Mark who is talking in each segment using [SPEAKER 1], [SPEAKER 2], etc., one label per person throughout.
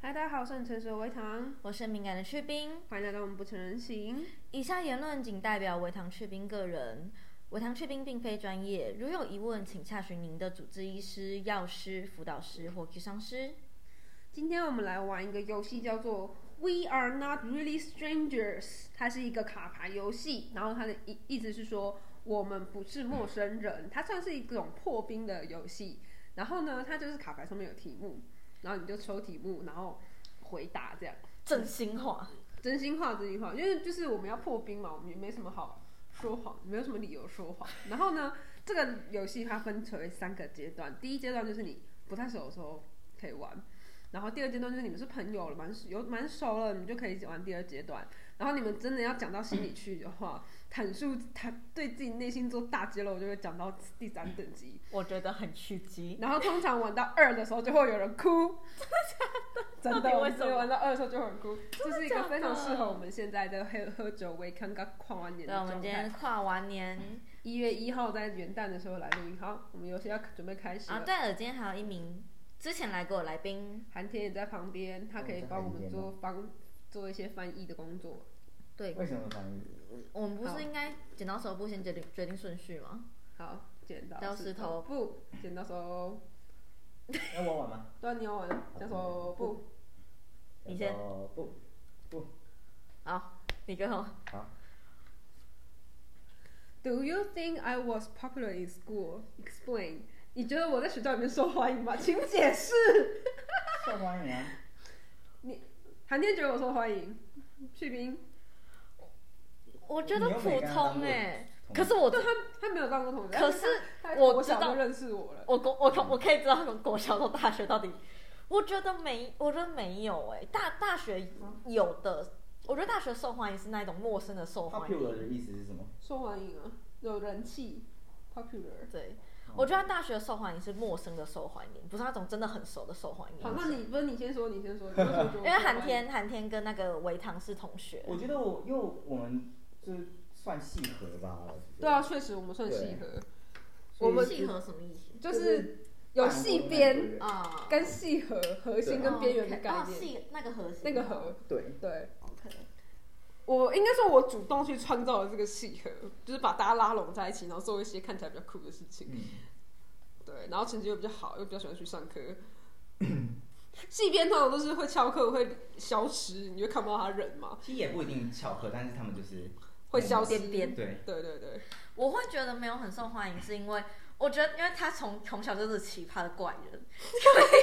[SPEAKER 1] 嗨，大家好，我是很成熟的微糖，
[SPEAKER 2] 我是敏感的去冰。
[SPEAKER 1] 欢迎来到我们不成人形。
[SPEAKER 2] 以下言论仅代表维糖去冰个人，维糖去冰并非专业，如有疑问，请洽询您的主治医师、药师、辅导师或咨商师。
[SPEAKER 1] 今天我们来玩一个游戏，叫做 We Are Not Really Strangers，它是一个卡牌游戏，然后它的意意思是说我们不是陌生人，它算是一种破冰的游戏。然后呢，它就是卡牌上面有题目，然后你就抽题目，然后回答这样。
[SPEAKER 2] 真心话，
[SPEAKER 1] 真心话，真心话，因为就是我们要破冰嘛，我们也没什么好说谎，没有什么理由说谎。然后呢，这个游戏它分成为三个阶段，第一阶段就是你不太熟的时候可以玩，然后第二阶段就是你们是朋友了，蛮有蛮熟了，你们就可以一起玩第二阶段。然后你们真的要讲到心里去的话，阐述他对自己内心做大揭露，就会讲到第三等级。
[SPEAKER 2] 我觉得很刺激。
[SPEAKER 1] 然后通常玩到二的时候就会有人哭，真的
[SPEAKER 2] 到底
[SPEAKER 1] 我
[SPEAKER 2] 为
[SPEAKER 1] 们
[SPEAKER 2] 什么
[SPEAKER 1] 玩到二的时候就会有人哭，这是一个
[SPEAKER 2] 假的
[SPEAKER 1] 非常适合我们现在的喝喝酒、微看刚跨完年
[SPEAKER 2] 对，
[SPEAKER 1] 的
[SPEAKER 2] 我
[SPEAKER 1] 状
[SPEAKER 2] 们今天
[SPEAKER 1] 态。
[SPEAKER 2] 跨完年
[SPEAKER 1] 一月一号在元旦的时候来录音，好，我们游戏要准备开始
[SPEAKER 2] 啊，
[SPEAKER 1] 了。
[SPEAKER 2] 对了，今天还有一名之前来过的来宾，
[SPEAKER 1] 韩天也在旁边，他可以帮我们
[SPEAKER 2] 哦
[SPEAKER 1] 做帮做一些翻译的工作。
[SPEAKER 2] 对
[SPEAKER 3] 为什么翻译？
[SPEAKER 2] 我们不
[SPEAKER 1] 好
[SPEAKER 2] 是应该剪刀手部先决定决定顺序吗？
[SPEAKER 1] 好，剪刀
[SPEAKER 2] 刀
[SPEAKER 1] 石
[SPEAKER 2] 石
[SPEAKER 1] 头
[SPEAKER 2] 头
[SPEAKER 1] 布，剪刀手，
[SPEAKER 3] 要我玩吗？
[SPEAKER 1] 对啊，你要玩，剪刀手
[SPEAKER 2] 哦
[SPEAKER 1] 布，
[SPEAKER 2] 你先
[SPEAKER 3] 哦不，
[SPEAKER 2] 好，你跟我。
[SPEAKER 3] 好，
[SPEAKER 1] Do you think I was popular in school? Explain. 你觉得我在学校里面受欢迎吗？请解释。
[SPEAKER 3] 受欢迎啊。
[SPEAKER 1] 韩天觉得我受欢迎，旭斌，
[SPEAKER 2] 我觉得普通哎、
[SPEAKER 3] 你又没跟他当过同
[SPEAKER 2] 可是我
[SPEAKER 1] 但他他没有当过同学，
[SPEAKER 2] 可是
[SPEAKER 1] 他他
[SPEAKER 2] 我
[SPEAKER 1] 国
[SPEAKER 2] 知道
[SPEAKER 1] 小就认识我了。
[SPEAKER 2] 我国我可我可以知道从国小到大学到底，我觉得没，我觉得没有哎、大大学有的，我觉得大学受欢迎是那一种陌生的受欢迎，
[SPEAKER 3] popular 的意思是什么？
[SPEAKER 1] 受欢迎啊，有人气，popular。
[SPEAKER 2] 对，我觉得大学受欢迎是陌生的受欢迎，不是那种真的很熟的受欢
[SPEAKER 1] 好，
[SPEAKER 2] 迎。
[SPEAKER 1] 那你不是你先说，你先说，你为什么觉得我受
[SPEAKER 2] 因
[SPEAKER 1] 欢迎
[SPEAKER 2] 为韩，天韩天跟那个维唐是同学，
[SPEAKER 3] 我觉得我，因为我们就是算契合吧。我觉得
[SPEAKER 1] 对啊，，确实我们算契合，
[SPEAKER 3] 所
[SPEAKER 1] 我
[SPEAKER 3] 以
[SPEAKER 1] 们
[SPEAKER 2] 契合什么意思
[SPEAKER 1] 就是有细边
[SPEAKER 2] 啊？
[SPEAKER 1] 跟细核、核心跟边缘的概
[SPEAKER 2] 哦
[SPEAKER 1] 念，
[SPEAKER 2] 细那个核心
[SPEAKER 1] 那个核，
[SPEAKER 3] 对，
[SPEAKER 1] 对。
[SPEAKER 2] OK，哦
[SPEAKER 1] 我应该说，我主动去创造了这个契合，就是把大家拉拢在一起，然后做一些看起来比较酷的事情。
[SPEAKER 3] 嗯，
[SPEAKER 1] 对，然后成绩又比较好，又比较喜欢去上课。系边通常都是会翘课，会消失，你就看不到他人嘛，
[SPEAKER 3] 其实也不一定巧合，但是他们就是
[SPEAKER 1] 会消失。
[SPEAKER 2] 边边
[SPEAKER 3] 对，
[SPEAKER 1] 对对对，
[SPEAKER 2] 我会觉得没有很受欢迎，是因为我觉得，因为他从从小就是奇葩的怪人，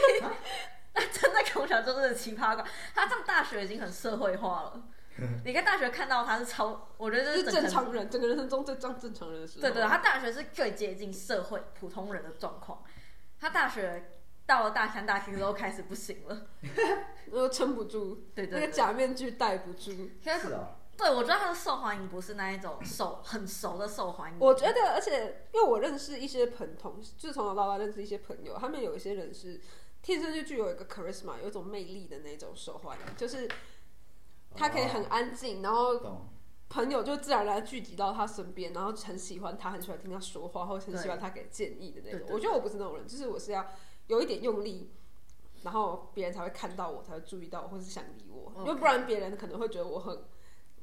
[SPEAKER 2] 他真的从小就是奇葩怪。他上大学已经很社会化了，
[SPEAKER 1] 嗯
[SPEAKER 2] 你看大学看到他是超，我觉得
[SPEAKER 1] 就是
[SPEAKER 2] 这是
[SPEAKER 1] 正
[SPEAKER 2] 个
[SPEAKER 1] 常人，整个人生中最正正常人的时候。
[SPEAKER 2] 对对，他大学是最接近社会普通人的状况。他大学到了大三、大四之后开始不行 了，
[SPEAKER 1] 又撑不住，
[SPEAKER 2] 对
[SPEAKER 1] 那
[SPEAKER 2] 对
[SPEAKER 1] 个
[SPEAKER 2] 对。
[SPEAKER 1] 假面具戴不住。
[SPEAKER 2] 可
[SPEAKER 3] 是
[SPEAKER 2] 是
[SPEAKER 3] 的，
[SPEAKER 2] 对，我觉得他的受欢迎不是那一种受很熟的受欢迎，
[SPEAKER 1] 我觉得，而且因为我认识一些朋同，就是从小到大认识一些朋友，他们有一些人是天生就具有一个 charisma，有一种魅力的那种受欢迎，就是他可以很
[SPEAKER 3] 哦
[SPEAKER 1] 安静，然后
[SPEAKER 3] 懂，
[SPEAKER 1] 朋友就自然而然聚集到他身边，然后很喜欢他，很喜欢听他说话，或者很喜欢他给建议的那种
[SPEAKER 2] 对对。对
[SPEAKER 1] 我觉得我不是那种人，就是我是要有一点用力，然后别人才会看到我，才会注意到我，或是想理我，因
[SPEAKER 2] OK
[SPEAKER 1] 为不然别人可能会觉得我很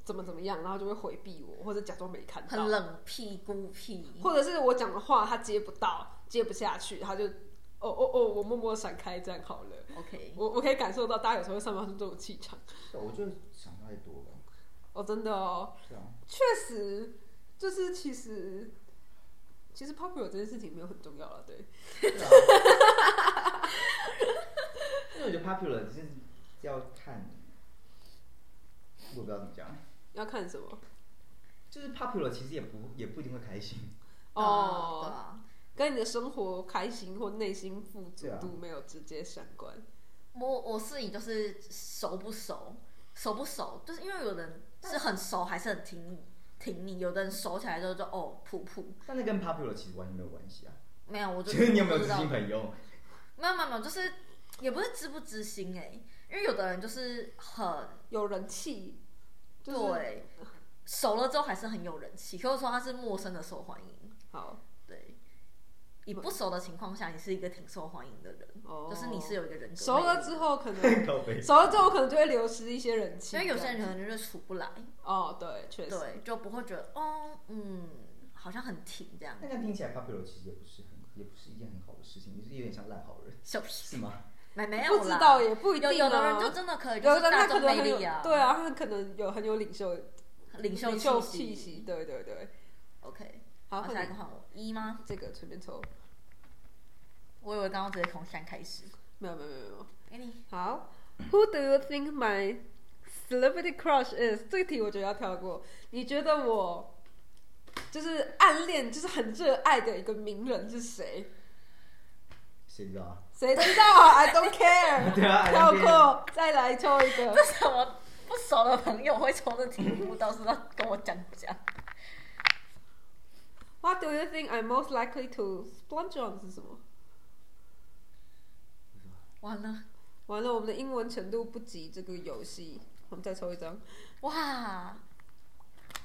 [SPEAKER 1] 怎么怎么样，然后就会回避我，或者假装没看到
[SPEAKER 2] 很，冷僻孤僻，
[SPEAKER 1] 或者是我讲的话他接不到，接不下去，他就哦哦哦，我默默闪开，这样好了。
[SPEAKER 2] OK，
[SPEAKER 1] 我我可以感受到大家有时候会散发出这种气场，
[SPEAKER 3] 对我就想太多了，
[SPEAKER 1] 哦，真的哦。
[SPEAKER 3] 是啊，
[SPEAKER 1] 确实，就是其实其实 popular 这件事情没有很重要了，对，
[SPEAKER 3] 是啊啊 因为我觉得 popular 就是要看，我不知道怎么讲，
[SPEAKER 1] 要看什么
[SPEAKER 3] 就是 popular 其实也不也不一定会开心，
[SPEAKER 2] 哦，对
[SPEAKER 1] 哦，
[SPEAKER 2] 啊
[SPEAKER 1] 跟你的生活开心或内心富足
[SPEAKER 3] 对啊
[SPEAKER 1] 度没有直接相关。
[SPEAKER 2] 我我是以就是熟不熟，熟不熟，就是因为有人是很熟还是很挺你挺你，有的人熟起来之后就哦普普，
[SPEAKER 3] 但是跟 popular 其实完全没有关系啊。
[SPEAKER 2] 没有我就
[SPEAKER 3] 就是你有没有
[SPEAKER 2] 不
[SPEAKER 3] 知
[SPEAKER 2] 知道
[SPEAKER 3] 心 朋友？
[SPEAKER 2] 没有没有没有，就是也不是知不知心哎、因为有的人就是很
[SPEAKER 1] 有人气，就是
[SPEAKER 2] 对熟了之后还是很有人气，可以说他是陌生的受欢迎，
[SPEAKER 1] 好，
[SPEAKER 2] 对，以不熟的情况下，你是一个挺受欢迎的人，
[SPEAKER 1] 哦，
[SPEAKER 2] 就是你是有一个人格
[SPEAKER 1] 熟了之后，
[SPEAKER 2] 后，
[SPEAKER 1] 可 能
[SPEAKER 3] 靠背。
[SPEAKER 1] 熟了之后可能就会流失一些人气，
[SPEAKER 2] 因为有些人可能就是处不来，
[SPEAKER 1] 哦，对，确实，
[SPEAKER 2] 对，就不会觉得哦，嗯，好像很挺这样，
[SPEAKER 3] 那这样听起来，popular 其实也不是很，也不是一件很好的事情，你是有点像烂好人，
[SPEAKER 2] 笑屁，
[SPEAKER 3] 是吗？
[SPEAKER 2] 没没有
[SPEAKER 1] 不
[SPEAKER 2] 啦
[SPEAKER 1] 知道也不一定
[SPEAKER 2] 有
[SPEAKER 1] 啊。
[SPEAKER 2] 有的人就真的可以，
[SPEAKER 1] 有
[SPEAKER 2] 就是
[SPEAKER 1] 的人他
[SPEAKER 2] 大
[SPEAKER 1] 可
[SPEAKER 2] 众
[SPEAKER 1] 能
[SPEAKER 2] 魅
[SPEAKER 1] 很有
[SPEAKER 2] 力啊，
[SPEAKER 1] 对，啊，他可能有很有领袖
[SPEAKER 2] 领袖
[SPEAKER 1] 领袖
[SPEAKER 2] 气
[SPEAKER 1] 气息，对对对。
[SPEAKER 2] ，OK，
[SPEAKER 1] 好，
[SPEAKER 2] 下一个
[SPEAKER 1] 换
[SPEAKER 2] 换我一吗？
[SPEAKER 1] 你这个随便抽，
[SPEAKER 2] 我以为刚刚直接从三开始，
[SPEAKER 1] 没有没有没有没有。
[SPEAKER 2] 给你，
[SPEAKER 1] 好，Who do you think my celebrity crush is？这个题我觉得要跳过。你觉得我就是暗恋，就是很热爱的一个名人是谁？
[SPEAKER 3] 谁知道啊？
[SPEAKER 1] 谁知道啊？I don't care。
[SPEAKER 3] 对啊，
[SPEAKER 1] 跳过，再来抽一个
[SPEAKER 2] 这。什么不熟的朋友会抽的题目，倒是要跟我讲讲。
[SPEAKER 1] What do you think I'm most likely to splurge on 是什么？
[SPEAKER 2] 完了，
[SPEAKER 1] 完了，我们的英文程度不及这个游戏。我们再抽一张。
[SPEAKER 2] 哇！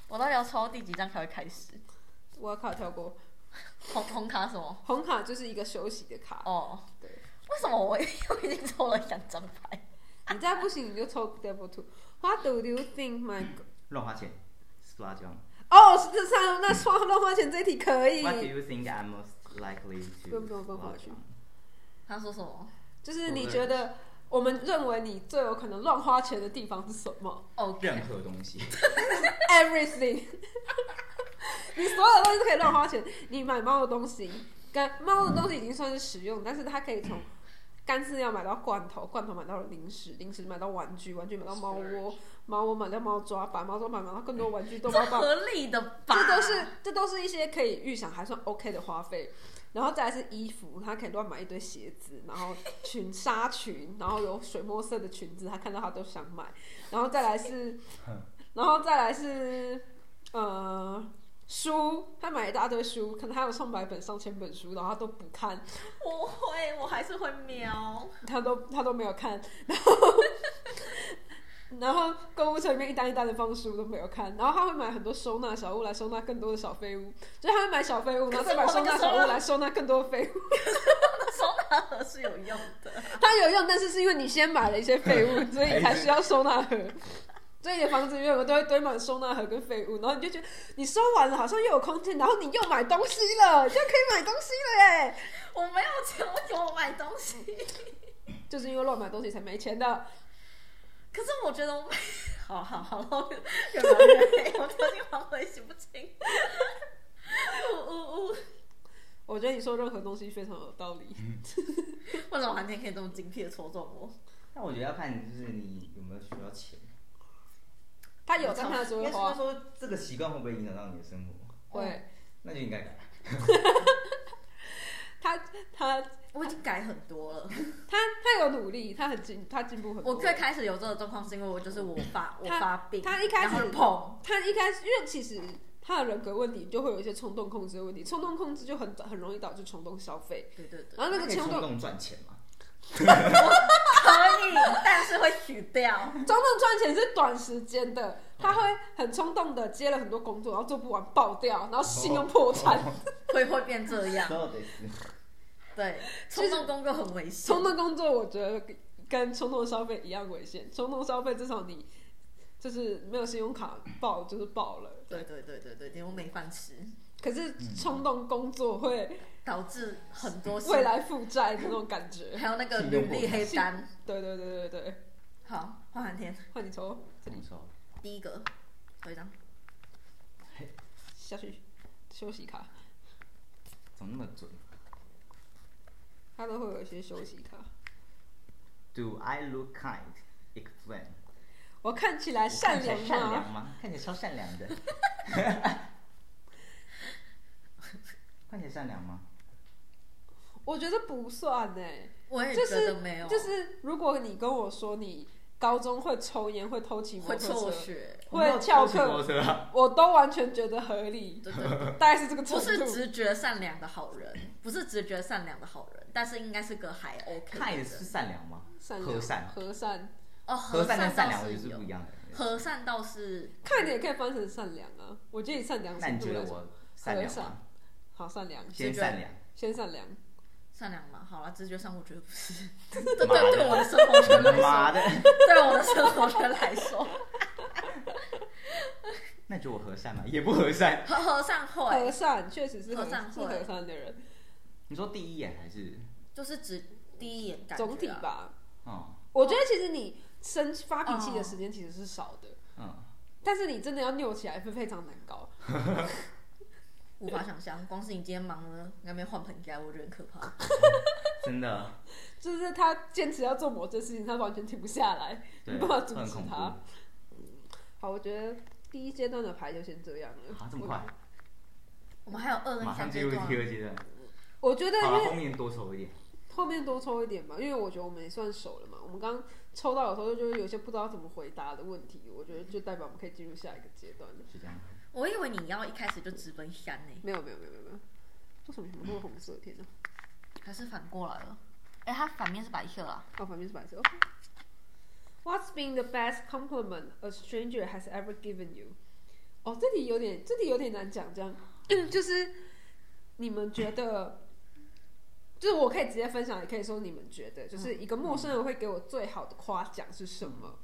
[SPEAKER 2] 我到底要抽第几张才会开始？
[SPEAKER 1] 我卡跳过，
[SPEAKER 2] 红红卡什么？
[SPEAKER 1] 红卡就是一个休息的卡。
[SPEAKER 2] 哦，
[SPEAKER 1] 对，
[SPEAKER 2] 为什么我我已经抽了两张牌？
[SPEAKER 1] 你再不行你就抽 Devil Two。What do you think my
[SPEAKER 3] 乱花钱，splurge on。
[SPEAKER 1] 哦，是这上那双乱花钱这一题可以，
[SPEAKER 3] What do you think I'm most likely
[SPEAKER 1] 哎不用
[SPEAKER 3] to
[SPEAKER 1] 不用不用回
[SPEAKER 3] splurge
[SPEAKER 1] 去
[SPEAKER 3] on？
[SPEAKER 2] 他说什么？
[SPEAKER 1] 就是你觉得我们认为你最有可能乱花钱的地方是什么
[SPEAKER 2] 哦，
[SPEAKER 3] 任何东西，
[SPEAKER 1] ？Everything，你所有的东西都可以乱花钱。你买猫的东西，跟猫的东西已经算是实用，但是它可以从干饲料买到罐头，罐头买到零食，零食买到玩具，玩具买到猫窝，猫窝买到猫抓板，猫抓板买到更多玩具，逗
[SPEAKER 2] 这
[SPEAKER 1] 猫棒。
[SPEAKER 2] 合理的吧？
[SPEAKER 1] 这都是这都是一些可以预想还算 OK 的花费。然后再来是衣服，他可以乱买一堆鞋子，然后裙纱裙，然后有水墨色的裙子，他看到他都想买。然后再来是，然后再来是，呃，书，他买一大堆书，可能他有上百本、上千本书，然后他都不看，
[SPEAKER 2] 我会，我还是会瞄。
[SPEAKER 1] 他都他都没有看， 然后然后购物车里面一单一单的放书都没有看，然后他会买很多收纳小物来收纳更多的小废物，就是他会买小废物，然后再买收纳小物来收纳更多的废物。
[SPEAKER 2] 收纳盒是有用的，
[SPEAKER 1] 它有用，但是是因为你先买了一些废物，所以你才需要收纳盒。所以你的房子里面我都会堆满收纳盒跟废物，然后你就觉得你收完了好像又有空间，然后你又买东西了，就可以买东西了耶。
[SPEAKER 2] 我没有钱，为什么我买东西？
[SPEAKER 1] 就是因为乱买东西才没钱的。
[SPEAKER 2] 可是我觉得我买， 好好好，我有没有？我究竟还回洗不清。呜呜呜！
[SPEAKER 1] 我觉得你说任何东西非常有道理。
[SPEAKER 2] 为什么韩天可以这么精辟的戳中我？
[SPEAKER 3] 但我觉得要看就是你有没有需要钱。
[SPEAKER 1] 他有，但他只
[SPEAKER 3] 应
[SPEAKER 1] 会
[SPEAKER 3] 该
[SPEAKER 1] 花
[SPEAKER 3] 是。说这个习惯会不会影响到你的生活？
[SPEAKER 1] 会，
[SPEAKER 3] 那就应该改。
[SPEAKER 1] 他他
[SPEAKER 2] 我已经改很多 了。
[SPEAKER 1] 他他有努力，他很进，他进步很多。
[SPEAKER 2] 我最开始有这个状况是因为我就是我发我发病，
[SPEAKER 1] 他一开始
[SPEAKER 2] 然后碰，
[SPEAKER 1] 他一开始，因为其实他的人格问题就会有一些冲动控制的问题，冲动控制就很很容易导致冲动消费，
[SPEAKER 2] 对对对，
[SPEAKER 1] 然后那
[SPEAKER 3] 他
[SPEAKER 1] 个
[SPEAKER 3] 可以
[SPEAKER 1] 冲
[SPEAKER 3] 冲
[SPEAKER 1] 动
[SPEAKER 3] 动赚钱 嘛？
[SPEAKER 2] 可以，但是会死掉。
[SPEAKER 1] 冲动赚钱是短时间的，他会很冲动的接了很多工作，然后做不完爆掉，然后信用破产，
[SPEAKER 2] 会会变这样。
[SPEAKER 3] 都得死。
[SPEAKER 2] 对，
[SPEAKER 1] 其实
[SPEAKER 2] 冲动工作很危险
[SPEAKER 1] 冲。动工作我觉得跟冲动消费一样危险，冲动消费至少你就是没有信用卡爆就是爆了，
[SPEAKER 2] 对对对对对，我没饭吃，
[SPEAKER 1] 可是冲动工作会
[SPEAKER 2] 导致很多事
[SPEAKER 1] 未，来负债的那种感觉。
[SPEAKER 2] 还有那个履历黑单。
[SPEAKER 1] 对对对对对，
[SPEAKER 2] 好，换寒天，
[SPEAKER 1] 换你抽
[SPEAKER 3] 怎么说？
[SPEAKER 2] 第一个，徽章。
[SPEAKER 1] 下去休息卡，
[SPEAKER 3] 怎么那么准
[SPEAKER 1] 它都会有一些休息卡。
[SPEAKER 3] ？Do I look kind? Explain。
[SPEAKER 1] 我看起来善良
[SPEAKER 3] 我看起来善
[SPEAKER 1] 吗？
[SPEAKER 3] 良吗？看起来超善良的。 看起来善良吗？
[SPEAKER 1] 我觉得不算呢、
[SPEAKER 2] 我也
[SPEAKER 1] 就
[SPEAKER 2] 觉
[SPEAKER 1] 是
[SPEAKER 2] 得没有，
[SPEAKER 1] 就是如果你跟我说你高中会抽烟、会偷骑摩
[SPEAKER 2] 会辍
[SPEAKER 1] 托车，
[SPEAKER 2] 学，
[SPEAKER 1] 会翘课
[SPEAKER 3] 我没有骑摩托车啊。
[SPEAKER 1] 我都完全觉得合 理，
[SPEAKER 2] 对对对，
[SPEAKER 1] 大概是这个程
[SPEAKER 2] 不是
[SPEAKER 1] 度。
[SPEAKER 2] 直觉善良的好人，不是直觉善良的好人，但是应该是个还 OK 的
[SPEAKER 3] 看也
[SPEAKER 2] 人。
[SPEAKER 3] 是善良吗？
[SPEAKER 1] 善良
[SPEAKER 3] 和善，
[SPEAKER 1] 和善，
[SPEAKER 2] 哦，
[SPEAKER 3] 和
[SPEAKER 2] 和
[SPEAKER 3] 善跟善
[SPEAKER 2] 倒
[SPEAKER 3] 良我觉
[SPEAKER 2] 是
[SPEAKER 3] 得是不一
[SPEAKER 2] 有，
[SPEAKER 3] 样的。
[SPEAKER 2] 和善倒是
[SPEAKER 1] 看你也可以翻成善良啊。我觉得以善良
[SPEAKER 3] 那
[SPEAKER 1] 程
[SPEAKER 3] 你
[SPEAKER 1] 度
[SPEAKER 3] 觉
[SPEAKER 1] 来
[SPEAKER 3] 得
[SPEAKER 1] 说，
[SPEAKER 3] 我善良
[SPEAKER 1] 和善
[SPEAKER 3] 吗？
[SPEAKER 1] 好善良，
[SPEAKER 3] 先善良，
[SPEAKER 1] 先善良，
[SPEAKER 2] 善良嘛，好了，直觉上我觉得不是，对对对我的生活圈来
[SPEAKER 3] 妈
[SPEAKER 2] 说，
[SPEAKER 3] 的，
[SPEAKER 2] 对我的生活圈来说，
[SPEAKER 3] 那你觉得我和善吗？也不和善。
[SPEAKER 2] 和和尚
[SPEAKER 1] 和
[SPEAKER 2] 会
[SPEAKER 1] 善确实是
[SPEAKER 2] 和善
[SPEAKER 1] 是
[SPEAKER 2] 会
[SPEAKER 1] 和善的人，
[SPEAKER 3] 你说第一眼还是？
[SPEAKER 2] 就是指第一眼感觉、啊，
[SPEAKER 1] 总体，吧。
[SPEAKER 3] 嗯
[SPEAKER 1] 我觉得其实你生发脾气的时间其实是少的，
[SPEAKER 3] 嗯，
[SPEAKER 1] 但是你真的要拗起来是非常难搞。
[SPEAKER 2] 无法想象，光是你今天忙了，那边换盆栽，我觉得很可怕。
[SPEAKER 3] 真的，
[SPEAKER 1] 就是他坚持要做某件事情，他完全停不下来，
[SPEAKER 3] 对，
[SPEAKER 1] 没办法阻
[SPEAKER 3] 很
[SPEAKER 1] 止
[SPEAKER 3] 恐怖。
[SPEAKER 1] 他。好，我觉得第一阶段的牌就先这样了。
[SPEAKER 3] 啊，这么快，
[SPEAKER 2] 我们还有二跟
[SPEAKER 3] 马
[SPEAKER 2] 三
[SPEAKER 3] 上进
[SPEAKER 2] 阶
[SPEAKER 3] 入
[SPEAKER 2] 段啊
[SPEAKER 3] 第，二阶段。
[SPEAKER 1] 我？我觉得因
[SPEAKER 3] 好了，
[SPEAKER 1] 为
[SPEAKER 3] 后面多抽一点。
[SPEAKER 1] 后面多抽一点吧，因为我觉得我们也算熟了嘛。我们刚抽到的时候，就是有些不知道怎么回答的问题，我觉得就代表我们可以进入下一个阶段了。
[SPEAKER 3] 是这样，
[SPEAKER 2] 我以为你要一开始就直奔三呢、
[SPEAKER 1] 没有没有没有没有没有，为什么全部都是红色？天哪！
[SPEAKER 2] 还是反过来了？哎、它反面是白色啊。
[SPEAKER 1] 哦，反面是白色。OK。What's been the best compliment a stranger has ever given you？哦，这题有点，这题有点难讲。这样，嗯就是你们觉得，就是我可以直接分享，也可以说你们觉得，就是一个陌生人会给我最好的夸奖是什么？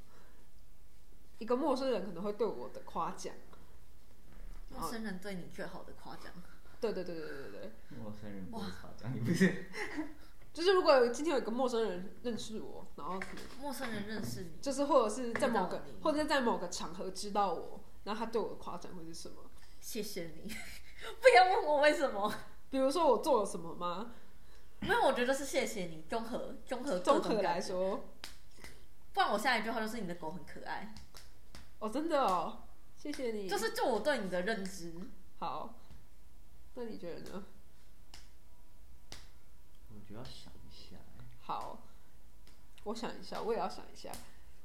[SPEAKER 1] 一个陌生人可能会对我的夸奖，
[SPEAKER 2] 陌生人对你最好的夸奖，
[SPEAKER 1] 对对对对对对对，
[SPEAKER 3] 陌生人不会吵架，你不是？
[SPEAKER 1] 就是如果有今天有一个陌生人认识我，然后可能
[SPEAKER 2] 陌生人认识你，
[SPEAKER 1] 就是或者是在某
[SPEAKER 2] 知
[SPEAKER 1] 个
[SPEAKER 2] 道你
[SPEAKER 1] 或者是在某个场合知道我，然后他对我的夸奖会是什么？
[SPEAKER 2] 谢谢你。 不要问我为什么，
[SPEAKER 1] 比如说我做了什么吗？
[SPEAKER 2] 没有，我觉得是谢谢你。综合综合各
[SPEAKER 1] 综
[SPEAKER 2] 种
[SPEAKER 1] 合来
[SPEAKER 2] 感觉，
[SPEAKER 1] 说，
[SPEAKER 2] 不然我下一句话就是你的狗很可爱，
[SPEAKER 1] 哦，真的哦，谢谢你。
[SPEAKER 2] 就是就我对你的认知，
[SPEAKER 1] 好，那你觉得呢？
[SPEAKER 3] 我就要想一下。
[SPEAKER 1] 好，我想一下，我也要想一下。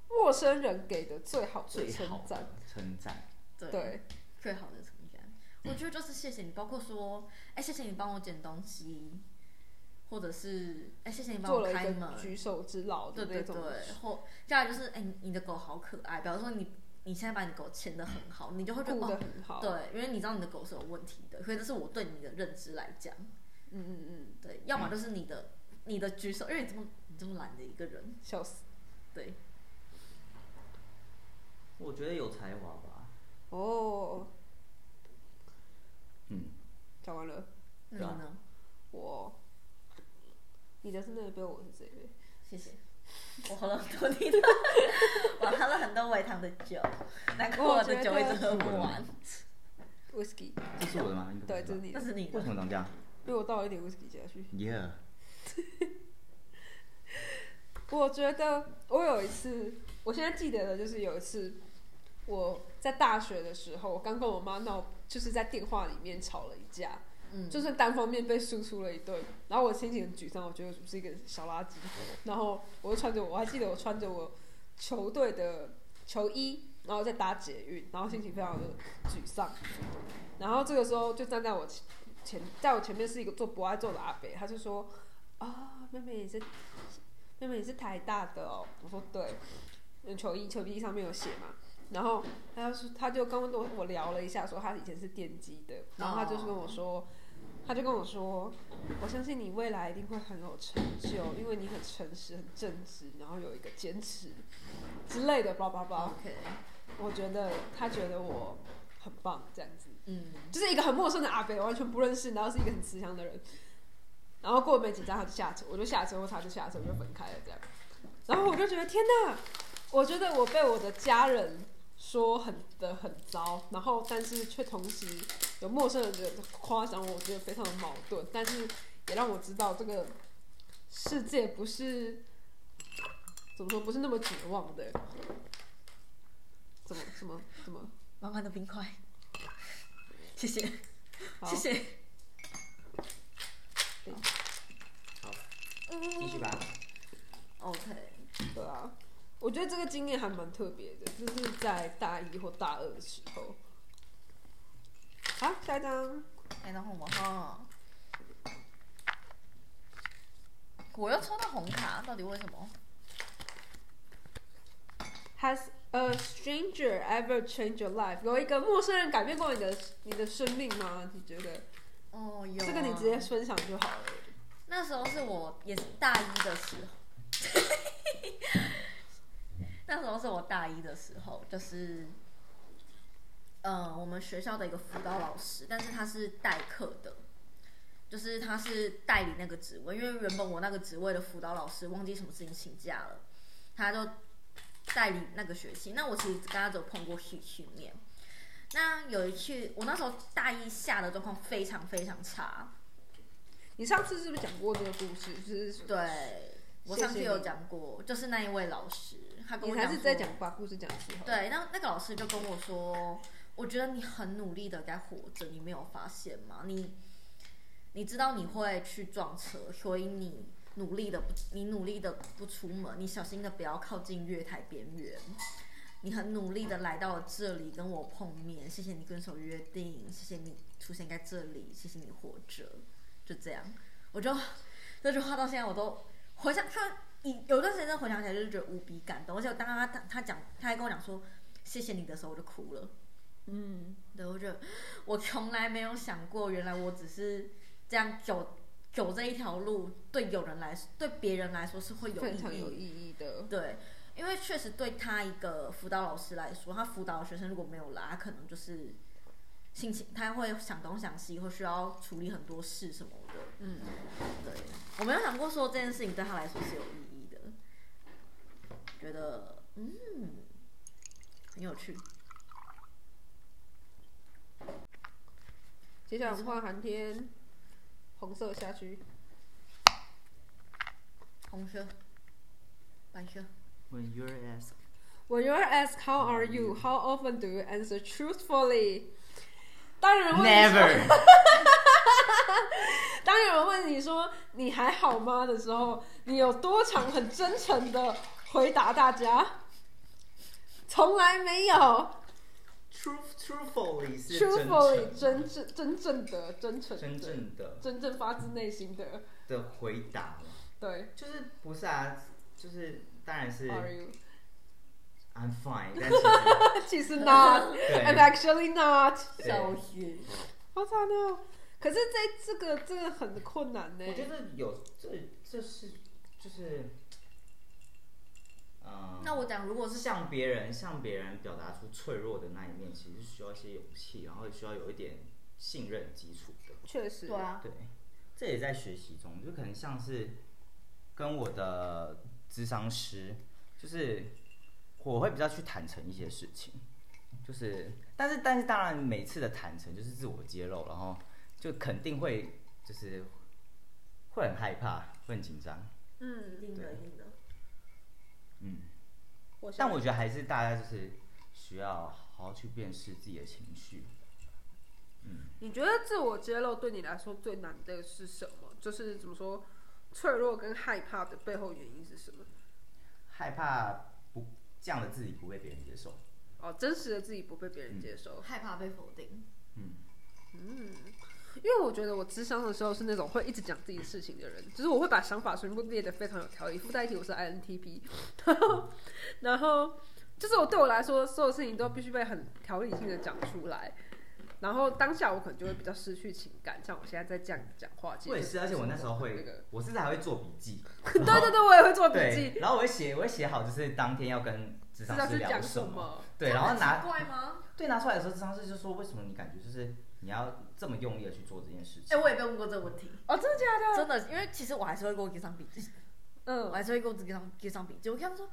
[SPEAKER 1] 陌生人给的最好的
[SPEAKER 3] 最
[SPEAKER 1] 称
[SPEAKER 3] 好
[SPEAKER 1] 赞
[SPEAKER 3] 的，称赞，
[SPEAKER 2] 对，
[SPEAKER 1] 对，
[SPEAKER 2] 最好的成感。我
[SPEAKER 3] 嗯
[SPEAKER 2] 觉得就是谢谢你，包括说，哎、谢谢你帮我捡东西，或者是哎、谢谢你帮
[SPEAKER 1] 做
[SPEAKER 2] 我
[SPEAKER 1] 了一个
[SPEAKER 2] 开门，
[SPEAKER 1] 举手之劳的
[SPEAKER 2] 对
[SPEAKER 1] 那
[SPEAKER 2] 对
[SPEAKER 1] 种
[SPEAKER 2] 对，或再来就是哎、你你的狗好可爱，比方说你你现在把你狗牵的很好，你就会觉
[SPEAKER 1] 顾得
[SPEAKER 2] 得哦，
[SPEAKER 1] 很好。嗯
[SPEAKER 2] 对，因为你知道你的狗是有问题的，所以这是我对你的认知来讲，
[SPEAKER 1] 嗯嗯，
[SPEAKER 2] 对，要么就是你的、你的举手，因为你这么你这么懒的一个人，
[SPEAKER 1] 笑死。
[SPEAKER 2] 对，
[SPEAKER 3] 我觉得有才华吧。
[SPEAKER 1] 哦，
[SPEAKER 3] 嗯，
[SPEAKER 1] 讲完了，
[SPEAKER 2] 那
[SPEAKER 3] 对啊
[SPEAKER 2] 你呢？
[SPEAKER 1] 我，你的是那一杯，我是这一杯。
[SPEAKER 2] 谢谢。我喝了很多你的， 我喝了很多微糖的酒，难怪我的酒一直喝不完。
[SPEAKER 1] Whisky，
[SPEAKER 3] 这是我的吗？应该不
[SPEAKER 1] 对，
[SPEAKER 3] 是
[SPEAKER 1] 这是
[SPEAKER 3] 吧
[SPEAKER 1] 你
[SPEAKER 2] 那
[SPEAKER 1] 的，
[SPEAKER 2] 是你
[SPEAKER 3] 为
[SPEAKER 2] 的
[SPEAKER 3] 什，么长这样
[SPEAKER 1] 被我倒了一点 whisky 下去。
[SPEAKER 3] ？Yeah，
[SPEAKER 1] 我觉得我有一次，我现在记得的就是有一次，我在大学的时候，我刚跟我妈闹，就是在电话里面吵了一架，
[SPEAKER 2] 嗯，
[SPEAKER 1] 就是是单方面被输出了一顿，然后我心情很沮丧，我觉得我是一个小垃圾，然后我就穿着我还记得我穿着我球队的球衣，然后在搭捷运，然后心情非常的沮丧，然后这个时候就站在我前前在我前面是一个做博爱做的阿北，他就说啊、妹妹你是妹妹你是台大的哦，我说对，嗯球衣球衣上面有写嘛。然后他就说，他就跟我我聊了一下，说他以前是电机的，然后他就是跟我说他就跟我说：“我相信你未来一定会很有成就，因为你很诚实、很正直，然后有一个坚持之类的，叭叭叭。
[SPEAKER 2] 哦 OK，”
[SPEAKER 1] 我觉得他觉得我很棒，这样子，
[SPEAKER 2] 嗯，
[SPEAKER 1] 就是一个很陌生的阿北，完全不认识，然后是一个很慈祥的人。然后过了没几张，他就下车，我就下车，或他就下车，我就分开了这样。然后我就觉得天哪，我觉得我被我的家人说很的很糟，然后但是却同时有陌生人的夸奖我，我觉得非常的矛盾，但是也让我知道这个世界不是怎么说，不是那么绝望的。怎么怎么怎么？
[SPEAKER 2] 满满的冰 块，谢谢，
[SPEAKER 1] 好
[SPEAKER 2] 谢谢。
[SPEAKER 3] 好，继续吧。
[SPEAKER 2] OK，
[SPEAKER 1] 对啊，我觉得这个经验还蛮特别的，就是在大一或大二的时候。好，下一张。
[SPEAKER 2] 哎，等会我哈，我又抽到红卡，到底为什么？
[SPEAKER 1] Has a stranger ever changed your life？有一个陌生人改变过你的你的生命吗？你觉得？
[SPEAKER 2] 哦，有、啊。
[SPEAKER 1] 这个你直接分享就好了。
[SPEAKER 2] 那时候是我也是大一的时候， 那时候是我大一的时候，就是，呃，我们学校的一个辅导老师，但是他是代课的，就是他是代理那个职位，因为原本我那个职位的辅导老师忘记什么事情请假了，他就代理那个学期。那我其实跟他只有碰过一一面。那有一次，我那时候大一下的状况非常非常差，
[SPEAKER 1] 你上次是不是讲过这个故事？就是
[SPEAKER 2] 对，我
[SPEAKER 1] 谢谢
[SPEAKER 2] 上次有
[SPEAKER 1] 你
[SPEAKER 2] 讲过，就是那一位老师，他跟
[SPEAKER 1] 你
[SPEAKER 2] 我
[SPEAKER 1] 还
[SPEAKER 2] 讲
[SPEAKER 1] 是在
[SPEAKER 2] 说
[SPEAKER 1] 讲把故事讲之后，，
[SPEAKER 2] 对，那那个老师就跟我说，我觉得你很努力的在活着，你没有发现吗？你你知道你会去撞车，所以你努力的不，你努力的不出门，你小心的不要靠近月台边缘。你很努力的来到了这里跟我碰面，谢谢你遵守约定，谢谢你出现在这里，谢谢你活着，就这样。我就这句话到现在我都回想，突然以有一段时间真的回想起来，就是觉得无比感动。而且我当他他他讲，他还跟我讲说谢谢你的时候，我就哭了。
[SPEAKER 1] 嗯，
[SPEAKER 2] 对，我觉得我从来没有想过，原来我只是这样走走这一条路，对有人来说，对别人来说是会有
[SPEAKER 1] 非
[SPEAKER 2] 意
[SPEAKER 1] 常有
[SPEAKER 2] 义
[SPEAKER 1] 意义的。
[SPEAKER 2] 对，因为确实对他一个辅导老师来说，他辅导的学生如果没有来，他可能就是心情他会想东想西，会需要处理很多事什么的。
[SPEAKER 1] 嗯，
[SPEAKER 2] 对，我没有想过说这件事情对他来说是有意义的，觉得嗯很有趣。
[SPEAKER 1] 接下来我们换寒天，红色下去，
[SPEAKER 2] 红色，白色，
[SPEAKER 3] When you're asked,
[SPEAKER 1] When you're asked how are you, how often do you answer truthfully？当有人问你说
[SPEAKER 3] never.
[SPEAKER 1] 当有人问你说你还好吗的时候，你有多常很真诚的回答大家？从来没有
[SPEAKER 3] Truth, truthfully 是真诚的
[SPEAKER 1] truthfully 真正真正的真诚的
[SPEAKER 3] 真正的
[SPEAKER 1] 真正发自内心的
[SPEAKER 3] 的回答嘛，
[SPEAKER 1] 对
[SPEAKER 3] 就是不是啊，就是当然是
[SPEAKER 1] are you？
[SPEAKER 3] I'm fine，但是
[SPEAKER 1] 其实 not，I'm
[SPEAKER 3] 对
[SPEAKER 1] actually not。
[SPEAKER 3] 对
[SPEAKER 2] 小雪，
[SPEAKER 1] 好惨哦！可是在这个这个很困难呢、
[SPEAKER 3] 我觉得有这这是就是，嗯，
[SPEAKER 2] 那我讲，如果是
[SPEAKER 3] 向别人向别人表达出脆弱的那一面，其实是需要一些勇气，然后也需要有一点信任基础的。
[SPEAKER 1] 确实，
[SPEAKER 2] 对啊，
[SPEAKER 3] 对，这也在学习中，就可能像是跟我的智商师，就是我会比较去坦诚一些事情，就是但是但是当然每次的坦诚就是自我揭露，然后就肯定会就是会很害怕，会很紧张，
[SPEAKER 1] 嗯，
[SPEAKER 2] 一定的，
[SPEAKER 3] 对
[SPEAKER 2] 一定的，
[SPEAKER 3] 嗯，
[SPEAKER 1] 我相
[SPEAKER 3] 但我觉得还是大家就是需要好好去辨识自己的情绪，
[SPEAKER 1] 你觉得自我揭露对你来说最难的是什么？就是怎么说，脆弱跟害怕的背后原因是什么？
[SPEAKER 3] 害怕不这样的自己不被别人接受。
[SPEAKER 1] 哦，真实的自己不被别人接
[SPEAKER 3] 嗯
[SPEAKER 1] 受。
[SPEAKER 2] 害怕被否定，
[SPEAKER 1] 因为我觉得我智商的时候是那种会一直讲自己的事情的人，就是我会把想法全部列得非常有条理。附带一题，我是 INTP，然后然后就是我对我来说，所有事情都必须被很条理性的讲出来。然后当下我可能就会比较失去情感，像我现在在这样讲话，其实
[SPEAKER 3] 我也是，而且我那时候
[SPEAKER 1] 那
[SPEAKER 3] 会
[SPEAKER 1] 个，
[SPEAKER 3] 我甚至还会做笔记。
[SPEAKER 1] 对对对，我也会 做笔
[SPEAKER 3] 对，
[SPEAKER 1] 记，
[SPEAKER 3] 然后我会写，我会写好，就是当天要跟智
[SPEAKER 1] 知
[SPEAKER 3] 商
[SPEAKER 1] 道
[SPEAKER 3] 师
[SPEAKER 1] 是
[SPEAKER 3] 聊
[SPEAKER 1] 讲
[SPEAKER 3] 什
[SPEAKER 1] 什
[SPEAKER 3] 么。
[SPEAKER 1] 么。
[SPEAKER 3] 对，然后拿
[SPEAKER 2] 奇怪吗？
[SPEAKER 3] 对拿出来的时候，智商师就说：“为什么你感觉就是你要这么用力的去做这件事
[SPEAKER 2] 哎、
[SPEAKER 3] 情
[SPEAKER 2] 我也被问过这个问题，
[SPEAKER 1] 哦，真的假的？
[SPEAKER 2] 真的，因为其实我还是会给我给上笔记，我
[SPEAKER 1] 嗯，
[SPEAKER 2] 还是 会给我给上给上笔记。我跟他们说，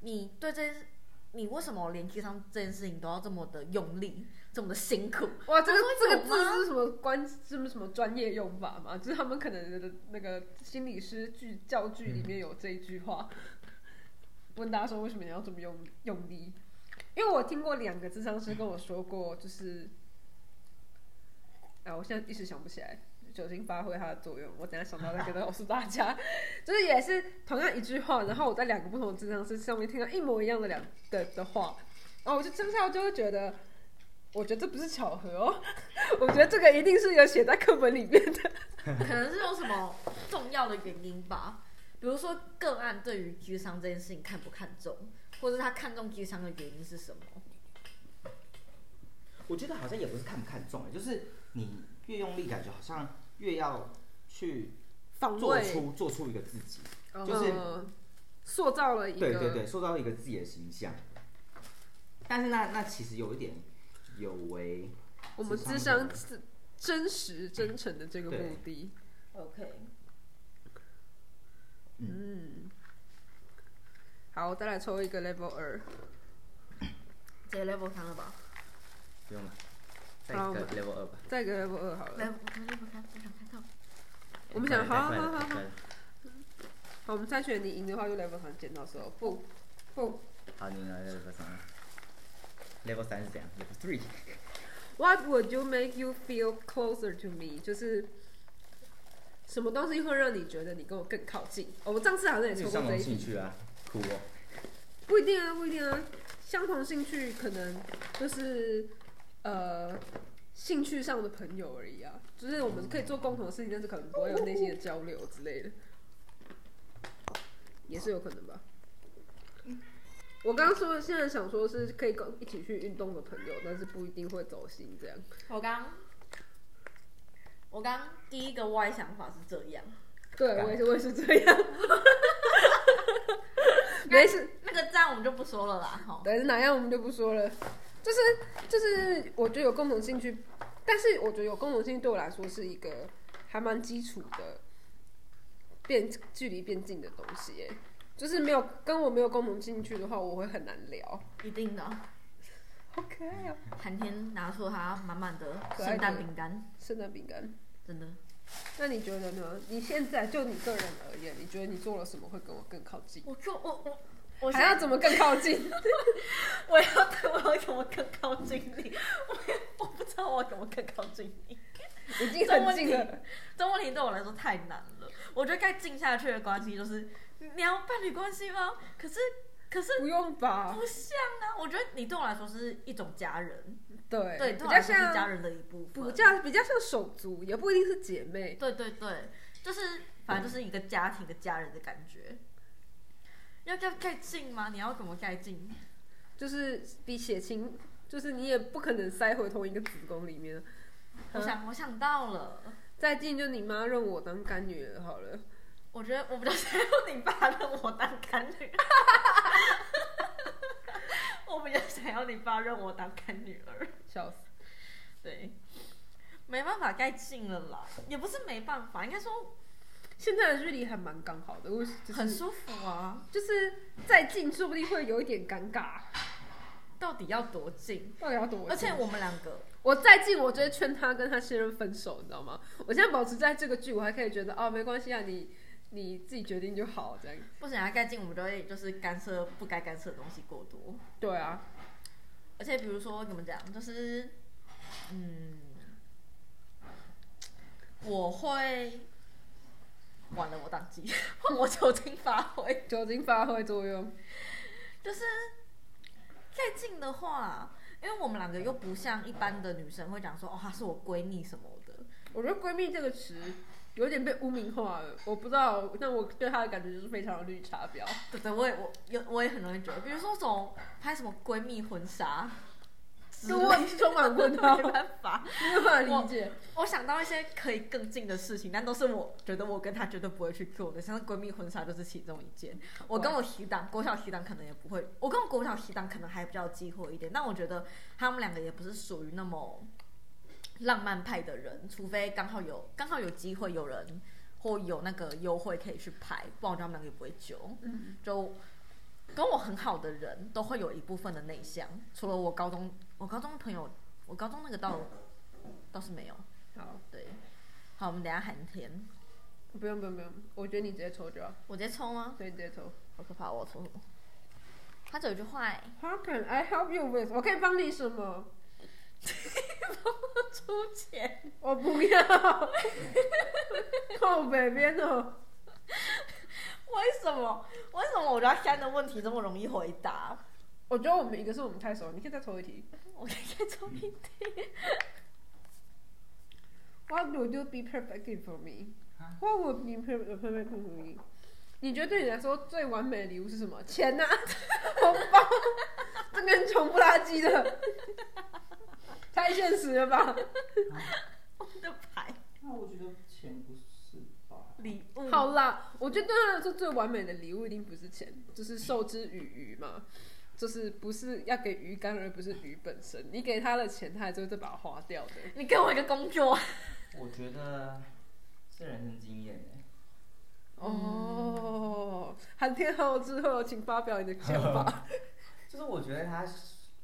[SPEAKER 2] 你对这件事，你为什么连给上这件事情都要这么的用力，这么的辛苦？
[SPEAKER 1] 哇，这个
[SPEAKER 2] 我说
[SPEAKER 1] 这个
[SPEAKER 2] 有吗
[SPEAKER 1] 字是什么关？是不是什么专业用法嘛？就是他们可能的那个心理师剧教具里面有这一句话，问大家说为什么你要这么用用力？因为我听过两个智商师跟我说过，就是，哎，我现在一时想不起来，酒精发挥它的作用，我等一下想到再跟大家告诉大家。 就是也是同样一句话，然后我在两个不同的智商师上面听到一模一样的两的的话，然后我就当下就会觉得，我觉得这不是巧合哦， 我觉得这个一定是有写在课本里面的。
[SPEAKER 2] 可能是有什么重要的原因吧，比如说个案对于居商这件事情看不看重，或者他看重居商的原因是什么？？”
[SPEAKER 3] 我觉得好像也不是看不看重，就是你越用力，感觉好像越要去
[SPEAKER 1] 防
[SPEAKER 3] 做
[SPEAKER 1] 卫，
[SPEAKER 3] 出做出一个自己，
[SPEAKER 1] 嗯
[SPEAKER 3] 就是
[SPEAKER 1] 塑造了一个
[SPEAKER 3] 对对对，塑造一个自己的形象。但是那那其实有一点有违
[SPEAKER 1] 我们智商是真实真诚的这个目的。
[SPEAKER 2] OK，
[SPEAKER 1] 嗯，好，我再来抽一个 level 二。
[SPEAKER 2] 直接 level 三了吧
[SPEAKER 3] 不用了，再
[SPEAKER 1] 好
[SPEAKER 3] 一个 level 二吧。
[SPEAKER 1] 再一个 level 二好了。
[SPEAKER 2] ？level 三，level 三，我想看到。
[SPEAKER 1] 我们想
[SPEAKER 3] 太快
[SPEAKER 1] 好
[SPEAKER 3] 了
[SPEAKER 1] 好
[SPEAKER 3] 太
[SPEAKER 1] 好
[SPEAKER 3] 快了
[SPEAKER 1] 好，我们猜拳，你赢的话就 level 三剪刀石头布。不，
[SPEAKER 3] 好，你来 level 三，level 三是怎样？level three。
[SPEAKER 1] What would you make you feel closer to me？就是什么东西会让你觉得你跟我更靠近？哦，我上次好像也抽过
[SPEAKER 3] 上
[SPEAKER 1] 这
[SPEAKER 3] 龙
[SPEAKER 1] 一
[SPEAKER 3] 兴
[SPEAKER 1] 题，
[SPEAKER 3] 趣啊，酷哦。
[SPEAKER 1] 不一定啊，不一定啊。相同兴趣可能就是呃兴趣上的朋友而已啊，就是我们可以做共同的事情，但是可能不会有内心的交流之类的，也是有可能吧。我刚刚说现在想说是可以跟一起去运动的朋友，但是不一定会走心这样。
[SPEAKER 2] 我刚，我刚第一个 Y 想法是这样，
[SPEAKER 1] 对，我也是，我也是这样。 没事，
[SPEAKER 2] 那个这样我们就不说了啦，哈。
[SPEAKER 1] 对，哪样我们就不说了。就是就是，我觉得有共同兴趣，但是我觉得有共同兴趣对我来说是一个还蛮基础的变距离变近的东西耶。就是没有跟我没有共同兴趣的话，我会很难聊。
[SPEAKER 2] 一定的。
[SPEAKER 1] 好可爱哦、
[SPEAKER 2] 寒天拿出他满满的
[SPEAKER 1] 可爱的
[SPEAKER 2] 圣诞饼干，
[SPEAKER 1] 圣诞饼干。
[SPEAKER 2] 真的，
[SPEAKER 1] 那你觉得呢？你现在就你个人而言，你觉得你做了什么会跟我更靠近？
[SPEAKER 2] 我就我我我
[SPEAKER 1] 还要怎么更靠 近？
[SPEAKER 2] 我要我要怎么更靠近你？我也我不知道我要怎么更靠近你。
[SPEAKER 1] 已经很近了。
[SPEAKER 2] 这问题对我来说太难了。我觉得该进下去的关系就是你要伴侣关系吗？可是可是
[SPEAKER 1] 不用吧？
[SPEAKER 2] 不像啊！我觉得你对我来说是一种家人，
[SPEAKER 1] 对，
[SPEAKER 2] 对，
[SPEAKER 1] 比
[SPEAKER 2] 对我
[SPEAKER 1] 较
[SPEAKER 2] 来说是家
[SPEAKER 1] 像
[SPEAKER 2] 人的一部
[SPEAKER 1] 比
[SPEAKER 2] 分。
[SPEAKER 1] 较比较像手足，也不一定是姐妹。
[SPEAKER 2] 对对对，就是反正就是一个家庭、一个家人的感觉。要要盖进吗？你要怎么盖进？
[SPEAKER 1] 就是比血亲，就是你也不可能塞回同一个子宫里面。
[SPEAKER 2] 我
[SPEAKER 1] 嗯
[SPEAKER 2] 想我想到了，
[SPEAKER 1] 再近就你妈认我当干女儿好了，
[SPEAKER 2] 我觉得我比较想要你爸认我当干女儿，我比较想要你爸认我当干女儿。
[SPEAKER 1] 笑死。
[SPEAKER 2] 对，没办法盖进了啦，也不是没办法，应该说
[SPEAKER 1] 现在的距离还蛮刚好的，我就是
[SPEAKER 2] 很舒服啊。
[SPEAKER 1] 就是再近说不定会有一点尴尬，
[SPEAKER 2] 到底要多近？
[SPEAKER 1] 到底要多近？
[SPEAKER 2] 而且我们两个
[SPEAKER 1] 我再近，我就会劝他跟他现任分手，你知道吗？我现在保持在这个距，我还可以觉得哦，没关系啊，你你自己决定就好，这样。
[SPEAKER 2] 不想要盖进，我们都会就是干涉不该干涉的东西过多。
[SPEAKER 1] 对啊，
[SPEAKER 2] 而且比如说怎么讲，就是嗯，我会完了，我宕机，换我酒精发挥。
[SPEAKER 1] 酒精发挥作用。
[SPEAKER 2] 就是盖进的话，因为我们两个又不像一般的女生会讲说哦，她是我闺蜜什么的，
[SPEAKER 1] 我觉得“闺蜜”这个词有点被污名化了，我不知道，但我对她的感觉就是非常的绿茶婊。
[SPEAKER 2] 对对，我也我有我也很容易觉得，比如说这种拍什么闺蜜婚纱之
[SPEAKER 1] 就
[SPEAKER 2] 类
[SPEAKER 1] 我
[SPEAKER 2] 的，
[SPEAKER 1] 也是充满问 号，
[SPEAKER 2] 没办法。
[SPEAKER 1] 没有办法理解。
[SPEAKER 2] 我想到一些可以更近的事情，但都是我觉得我跟她绝对不会去做的，像是闺蜜婚纱就是其中一件。我跟我提档国小提档可能也不会，我跟我国小提档可能还比较有机会一点，但我觉得他们两个也不是属于那么浪漫派的人，除非刚好有刚好有机会有人或有那个优惠可以去拍，不然我觉得他们两个也不会揪。
[SPEAKER 1] 嗯
[SPEAKER 2] 就跟我很好的人都会有一部分的内向，除了我高中，我高中的朋友，我高中那个倒倒是没有。
[SPEAKER 1] 好，
[SPEAKER 2] 对，好，我们等一下寒天，
[SPEAKER 1] 不用不用不用，我觉得你直接抽就好，
[SPEAKER 2] 我直接抽吗？
[SPEAKER 1] 对，你直接抽。
[SPEAKER 2] 好可怕，我抽什么？他只有一句话、欸，
[SPEAKER 1] How can I help you with？我可以帮你什么？
[SPEAKER 2] 出钱，
[SPEAKER 1] 我不要， 靠北边哦。
[SPEAKER 2] 为什么？为什么我觉得三的问题这么容易回答？
[SPEAKER 1] 我觉得我们一个是我们太熟，你可以再抽一题。
[SPEAKER 2] 我应该抽一题。
[SPEAKER 1] What would you be perfect for me? What would be per- perfect for me? 你觉得对你来说最完美的礼物是什么？钱呐、 红包，这跟穷不拉几的，太现实了吧？
[SPEAKER 2] 的牌
[SPEAKER 3] 那我觉得钱不是吧？
[SPEAKER 2] 礼物。
[SPEAKER 1] 好啦，我觉得对他来说最完美的礼物一定不是钱，就是授之以鱼嘛，就是不是要给鱼竿，而不是鱼本身。你给他的钱，他还是会再把它花掉的。
[SPEAKER 2] 你给我一个工作，
[SPEAKER 3] 我觉得是人生经验哎。
[SPEAKER 1] 哦，韩天后之后，请发表你的想法。
[SPEAKER 3] 就是我觉得他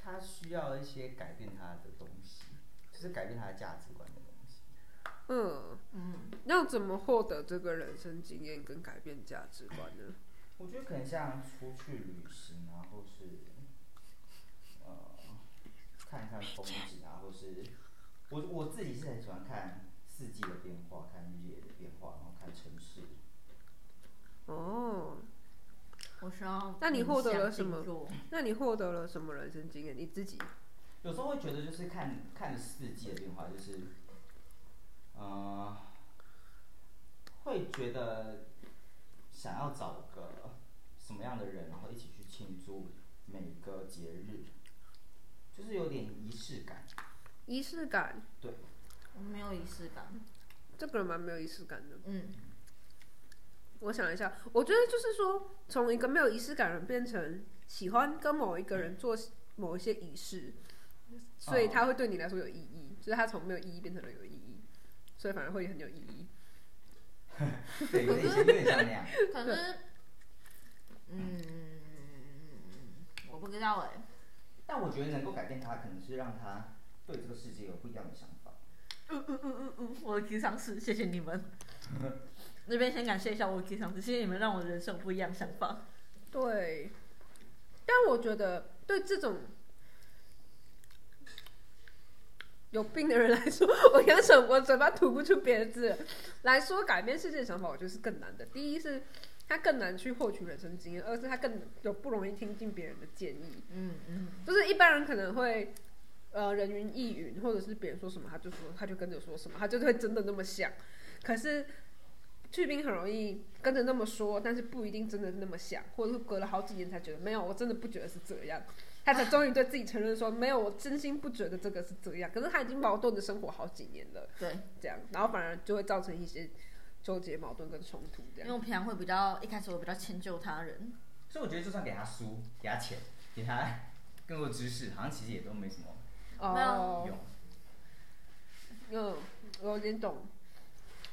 [SPEAKER 3] 他需要一些改变他的东西，就是改变他的价值观的东西。
[SPEAKER 1] 嗯，
[SPEAKER 2] 嗯，
[SPEAKER 1] 要怎么获得这个人生经验跟改变价值观呢？
[SPEAKER 3] 我觉得可能像出去旅行啊，或是呃看看风景啊，或是我我自己是很喜欢看四季的变化，看日夜的变化，然后看城市。
[SPEAKER 1] 哦，
[SPEAKER 2] 我需要。
[SPEAKER 1] 那你获得了什么？那你获得了什么人生经验？你自己
[SPEAKER 3] 有时候会觉得就是看看四季的变化，就是呃会觉得想要找个什么样的人，然后一起去庆祝每个节日，就是有点仪式感。
[SPEAKER 1] 仪式感，
[SPEAKER 3] 对，
[SPEAKER 2] 我没有仪式 感。
[SPEAKER 1] 这个人蛮没有仪式感的。
[SPEAKER 2] 嗯，
[SPEAKER 1] 我想一下，我觉得就是说，从一个没有仪式感的人变成喜欢跟某一个人做某一些仪式，所以他会对你来说有意义，就是他从没有意义变成了有意义，所以反而会很有意义。
[SPEAKER 3] 对，有点像有点像那样。
[SPEAKER 2] 可是，嗯，我不知道哎、
[SPEAKER 3] 但我觉得能够改变他，可能是让他对这个世界有不一样的想法。
[SPEAKER 2] 嗯嗯嗯嗯嗯，我的提倡是谢谢你 们。那边先感谢一下我的提倡是，谢谢你们让我人生有不一样的想法。
[SPEAKER 1] 对，但我觉得对这种有病的人来说，我刚想我嘴巴吐不出别的字了来说，改变世界的想法，我觉得是更难的。第一是他更难去获取人生经验，二是他更有不容易听进别人的建议。
[SPEAKER 2] 嗯嗯，
[SPEAKER 1] 就是一般人可能会呃人云亦云，或者是别人说什么他就说他就跟着说什么，他就会真的那么想。可是去冰很容易跟着那么说，但是不一定真的那么想，或者是隔了好几年才觉得没有，我真的不觉得是这样。他才终于对自己承认说，没有，我真心不觉得这个是这样。可是他已经矛盾的生活好几年了，
[SPEAKER 2] 对，
[SPEAKER 1] 这样，然后反而就会造成一些纠结、矛盾跟冲突这
[SPEAKER 2] 因
[SPEAKER 1] 样
[SPEAKER 2] 为。我平常会比较一开始我比较迁就他人，
[SPEAKER 3] 所以我觉得，就算给他书、给他钱、给他 更多知识，好像其实也都没什么
[SPEAKER 2] 没有
[SPEAKER 1] 哦，
[SPEAKER 3] 用。
[SPEAKER 1] 嗯，我有点懂，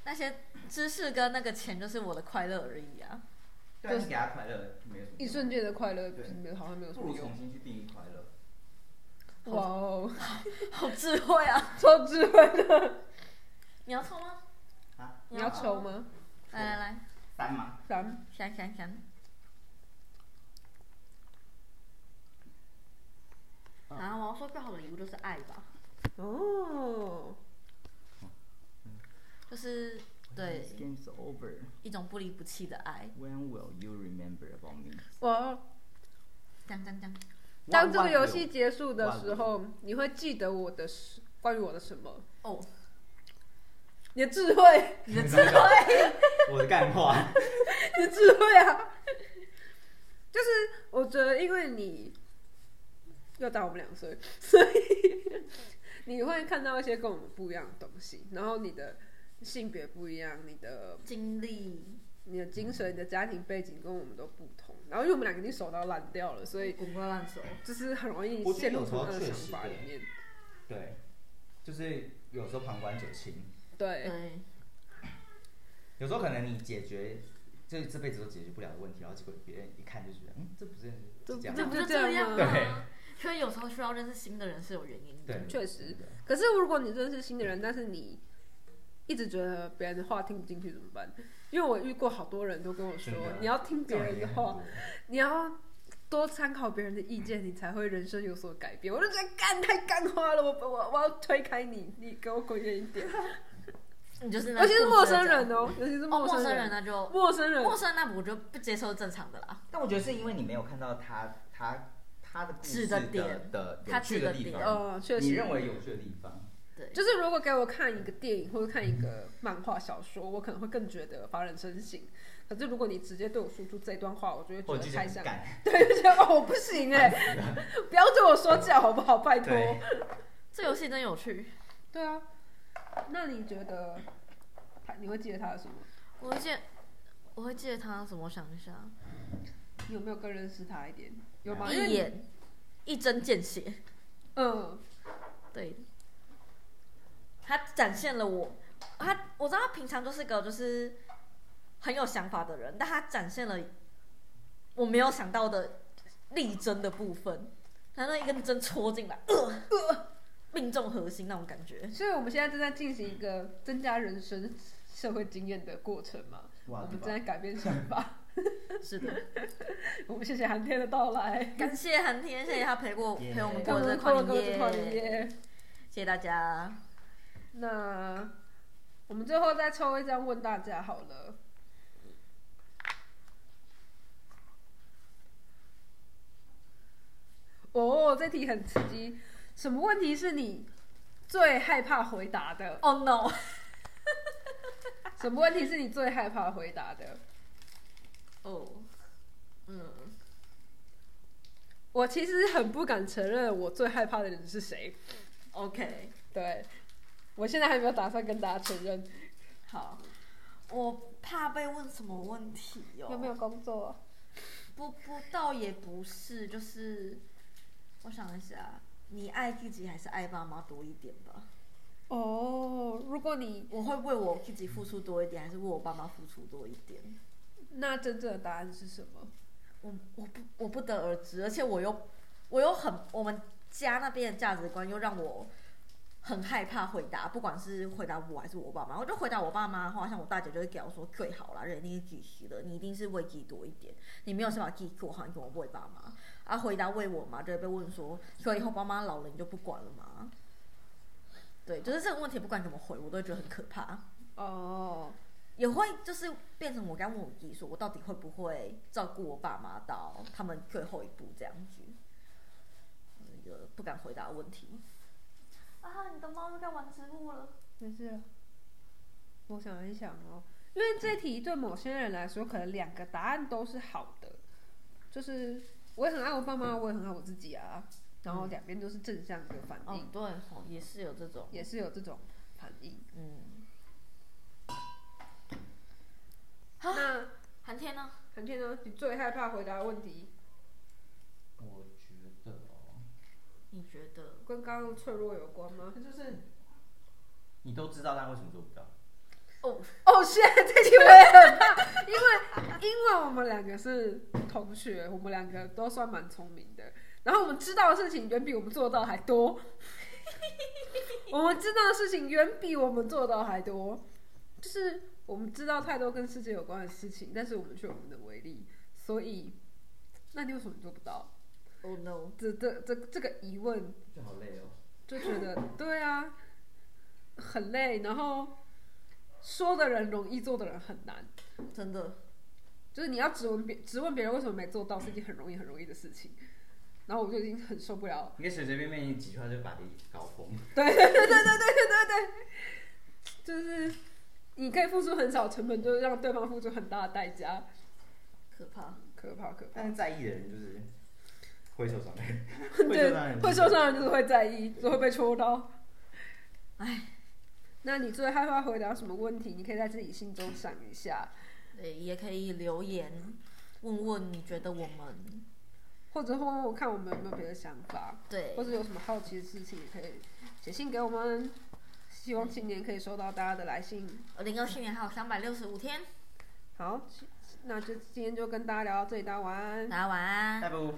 [SPEAKER 2] 那些知识跟那个钱就是我的快乐而已 啊。
[SPEAKER 3] 对啊，你给他快乐没有什么用。
[SPEAKER 1] 一瞬间的快乐
[SPEAKER 3] 对
[SPEAKER 1] 没有好像没有什
[SPEAKER 3] 不
[SPEAKER 1] 么
[SPEAKER 3] 如
[SPEAKER 1] 用
[SPEAKER 3] 重。新去定义快乐。
[SPEAKER 1] 哇哦，
[SPEAKER 2] 好智慧啊！
[SPEAKER 1] 超智慧的！
[SPEAKER 2] 你要抽吗？
[SPEAKER 3] 啊，
[SPEAKER 1] 你要抽吗？
[SPEAKER 2] 来来来，
[SPEAKER 3] 三吗？
[SPEAKER 1] 三，
[SPEAKER 2] 想想想，
[SPEAKER 3] 嗯
[SPEAKER 2] 啊，我要说最好的礼物就是爱吧，
[SPEAKER 1] 哦，
[SPEAKER 2] 就是对
[SPEAKER 3] Game's over.
[SPEAKER 2] 一种不离不弃的爱。
[SPEAKER 3] When will you remember about me?
[SPEAKER 1] 我
[SPEAKER 2] 这样这样这样，
[SPEAKER 1] 当这个游 戏结束的时候，你会记得我的什关于我的什么？
[SPEAKER 2] 哦，
[SPEAKER 1] 你的智慧，
[SPEAKER 3] 你的智慧， 我的干话。
[SPEAKER 1] 你的智慧啊！就是我觉得，因为你又大我们两岁， 所以你会看到一些跟我们不一样的东西，然后你的性别不一样，你的
[SPEAKER 2] 经历
[SPEAKER 1] 你的精神、你的家庭背景跟我们都不同，然后因为我们两个已经手到烂掉了，所以
[SPEAKER 2] 滚瓜烂熟，
[SPEAKER 1] 就是很容易
[SPEAKER 3] 我觉
[SPEAKER 1] 陷
[SPEAKER 3] 得
[SPEAKER 1] 入
[SPEAKER 3] 有时
[SPEAKER 1] 同
[SPEAKER 3] 候
[SPEAKER 1] 样的
[SPEAKER 3] 确
[SPEAKER 1] 想
[SPEAKER 3] 实
[SPEAKER 1] 法
[SPEAKER 3] 会
[SPEAKER 1] 里面。
[SPEAKER 3] 对，就是有时候旁观者清，
[SPEAKER 1] 对，
[SPEAKER 2] 对，
[SPEAKER 3] 有时候可能你解决就这辈子都解决不了的问题，然后结果别人一看就觉得，嗯，这不是
[SPEAKER 1] 这
[SPEAKER 3] 是这样
[SPEAKER 1] 这
[SPEAKER 2] 这
[SPEAKER 3] 吗，
[SPEAKER 2] 不
[SPEAKER 1] 不
[SPEAKER 2] 是
[SPEAKER 1] 是
[SPEAKER 2] 这
[SPEAKER 1] 这
[SPEAKER 2] 样啊
[SPEAKER 1] 样
[SPEAKER 2] 吗？
[SPEAKER 1] 吗
[SPEAKER 3] 对
[SPEAKER 2] 所以有时候需要认识新的人是有原因的。
[SPEAKER 3] 对，
[SPEAKER 1] 确实
[SPEAKER 3] 真的。
[SPEAKER 1] 可是如果你认识新的人，但是你一直觉得别人的话听不进去怎么办？因为我遇过好多人都跟我说
[SPEAKER 3] 真的，啊
[SPEAKER 1] 你要听别人的
[SPEAKER 3] 这
[SPEAKER 1] 话
[SPEAKER 3] 种，也很多
[SPEAKER 1] 你要多参考别人的意见，你才会人生有所改变。我就觉得干太干花了，我我我要推开你，你给我滚远一点。
[SPEAKER 2] 你就是那
[SPEAKER 1] 尤其是
[SPEAKER 2] 固执
[SPEAKER 1] 陌
[SPEAKER 2] 的
[SPEAKER 1] 生人
[SPEAKER 2] 这样
[SPEAKER 1] 哦，尤其是
[SPEAKER 2] 哦，陌
[SPEAKER 1] 生
[SPEAKER 2] 生人，那就
[SPEAKER 1] 陌生人
[SPEAKER 2] 陌生人那我就不接受正常的啦。
[SPEAKER 3] 但我觉得是因为你没有看到他他他的故
[SPEAKER 2] 指
[SPEAKER 3] 事
[SPEAKER 2] 的
[SPEAKER 3] 的
[SPEAKER 2] 点
[SPEAKER 3] 的
[SPEAKER 2] 他
[SPEAKER 3] 有
[SPEAKER 2] 指
[SPEAKER 3] 趣
[SPEAKER 2] 的
[SPEAKER 3] 的地
[SPEAKER 2] 点
[SPEAKER 3] 方，
[SPEAKER 1] 呃，确实
[SPEAKER 3] 你认为有趣的地方，
[SPEAKER 2] 对，
[SPEAKER 1] 就是如果给我看一个电影或者看一个漫画小说，我可能会更觉得发人深省。可是如果你直接对我输出这段话，我就会觉
[SPEAKER 3] 或
[SPEAKER 1] 得
[SPEAKER 3] 者就
[SPEAKER 1] 太
[SPEAKER 3] 是
[SPEAKER 1] 像
[SPEAKER 3] 很，感
[SPEAKER 1] 对， 就觉得哦，我不行 哎、不要对我说教好不好？拜托。
[SPEAKER 3] 对
[SPEAKER 2] 这游戏真有趣。
[SPEAKER 1] 对啊，那你觉得他你会记得他的什么？
[SPEAKER 2] 我会记得，我会记得他什么？我想一下，
[SPEAKER 1] 你有没有更认识他一点？有吗？哦因为
[SPEAKER 2] 一
[SPEAKER 1] 你
[SPEAKER 2] 眼一针见血，
[SPEAKER 1] 嗯，
[SPEAKER 2] 对，他展现了我，他我知道他平常就是个就是很有想法的人，但他展现了我没有想到的力争的部分，他那一根针戳进来，呃呃，命中核心那种感觉。
[SPEAKER 1] 所以我们现在正在进行一个增加人生社会经验的过程嘛。
[SPEAKER 3] 哇
[SPEAKER 1] 我们
[SPEAKER 3] 对吧
[SPEAKER 1] 正在改变想法。
[SPEAKER 2] 是的，
[SPEAKER 1] 我们谢谢寒天的到来，
[SPEAKER 2] 感谢寒天，谢谢他陪过陪我
[SPEAKER 1] 跟
[SPEAKER 2] 们过
[SPEAKER 1] 我
[SPEAKER 2] 这
[SPEAKER 1] 们
[SPEAKER 2] 跨
[SPEAKER 1] 过
[SPEAKER 2] 年
[SPEAKER 1] 各位跨年
[SPEAKER 2] 夜，
[SPEAKER 1] 夜。
[SPEAKER 2] 谢谢大家。
[SPEAKER 1] 那我们最后再抽一张问大家好了。哦，这题很刺激。什么问题是你最害怕回答的？
[SPEAKER 2] Oh no！
[SPEAKER 1] 什么问题是你最害怕回答的？
[SPEAKER 2] 哦，嗯，
[SPEAKER 1] 我其实很不敢承认我最害怕的人是谁。
[SPEAKER 2] OK，
[SPEAKER 1] 对，我现在还没有打算跟大家承认。
[SPEAKER 2] 好，我怕被问什么问题哦？
[SPEAKER 1] 有没有？工作？
[SPEAKER 2] 不不，倒也不是，就是我想一下，你爱自己还是爱爸妈多一点吧？
[SPEAKER 1] 哦，如果你
[SPEAKER 2] 我会为我自己付出多一点，还是为我爸妈付出多一点？
[SPEAKER 1] 那真正的答案是什么？
[SPEAKER 2] 我我不我不得而知，而且我又我又很我们家那边的价值观又让我很害怕回答，不管是回答我还是我爸妈，我就回答我爸妈的话，像我大姐就会给我说最好啦，人一定是自己的，你一定是为自己多一点，你没有先把自己做好，你怎么为爸妈？啊，回答为我妈就会被问说，所以以后爸妈老了你就不管了吗？对，就是这个问题，不管怎么回，我都会觉得很可怕。
[SPEAKER 1] 哦，
[SPEAKER 2] 也会就是变成我刚问我弟说，我到底会不会照顾我爸妈到他们最后一步这样子，一个不敢回答的问题。啊，你的猫又该玩植物了。
[SPEAKER 1] 没事了。我想一想哦，因为这题对某些人来说，可能两个答案都是好的，就是我也很爱我爸妈，我也很爱我自己啊，然后两边都是正向的反应，
[SPEAKER 2] 嗯哦，对哦，也是有这种，
[SPEAKER 1] 也是有这种反应。
[SPEAKER 2] 嗯。啊
[SPEAKER 1] 那
[SPEAKER 2] 寒天呢？
[SPEAKER 1] 韩倩呢？你最害怕回答的问题，
[SPEAKER 3] 我觉得哦，
[SPEAKER 2] 你觉得？
[SPEAKER 1] 跟刚刚脆弱有关吗？
[SPEAKER 3] 那就是你都知道，但为什么做不到？
[SPEAKER 2] 哦，
[SPEAKER 1] 哦，是这题我也很怕，因为因为我们两个是同学，我们两个都算蛮聪明的，然后我们知道的事情远比我们做到还多，我们知道的事情远比我们做到还多，就是我们知道太多跟世界有关的事情，但是我们却无能为力，所以那你为什么做不到？
[SPEAKER 2] 哦 no！
[SPEAKER 1] 这这这这个疑问
[SPEAKER 3] 就好累 哦。
[SPEAKER 1] 就觉得对啊，很累，然后说的人容易，做的人很难。
[SPEAKER 2] 真的，
[SPEAKER 1] 就是你要质问别质问别人为什么没做到是一件很容易很容易的事情，然后我就已经很受不了。
[SPEAKER 3] 你可以随随便便几句话就把你搞疯。
[SPEAKER 1] 对对对对对对对，就是你可以付出很少成本，就是让对方付出很大的代价，
[SPEAKER 2] 可怕。
[SPEAKER 1] 可怕可怕。
[SPEAKER 3] 但是在意的人就是 会受伤的人，
[SPEAKER 1] 对
[SPEAKER 3] 的人，
[SPEAKER 1] 会受。伤的人就是会在意，就会被戳到。哎，那你最害怕回答什么问题？你可以在自己心中想一下，
[SPEAKER 2] 对，也可以留言问问你觉得我们
[SPEAKER 1] 或者问问我看我们有没有别的想法。
[SPEAKER 2] 对
[SPEAKER 1] 或者有什么好奇的事情，也可以写信给我们。希望今年可以收到大家的来信。
[SPEAKER 2] 零二七年还有三百六十五天，
[SPEAKER 1] 好，那就今天就跟大家聊到这里，大家晚安。
[SPEAKER 2] 大家晚安。
[SPEAKER 3] 不，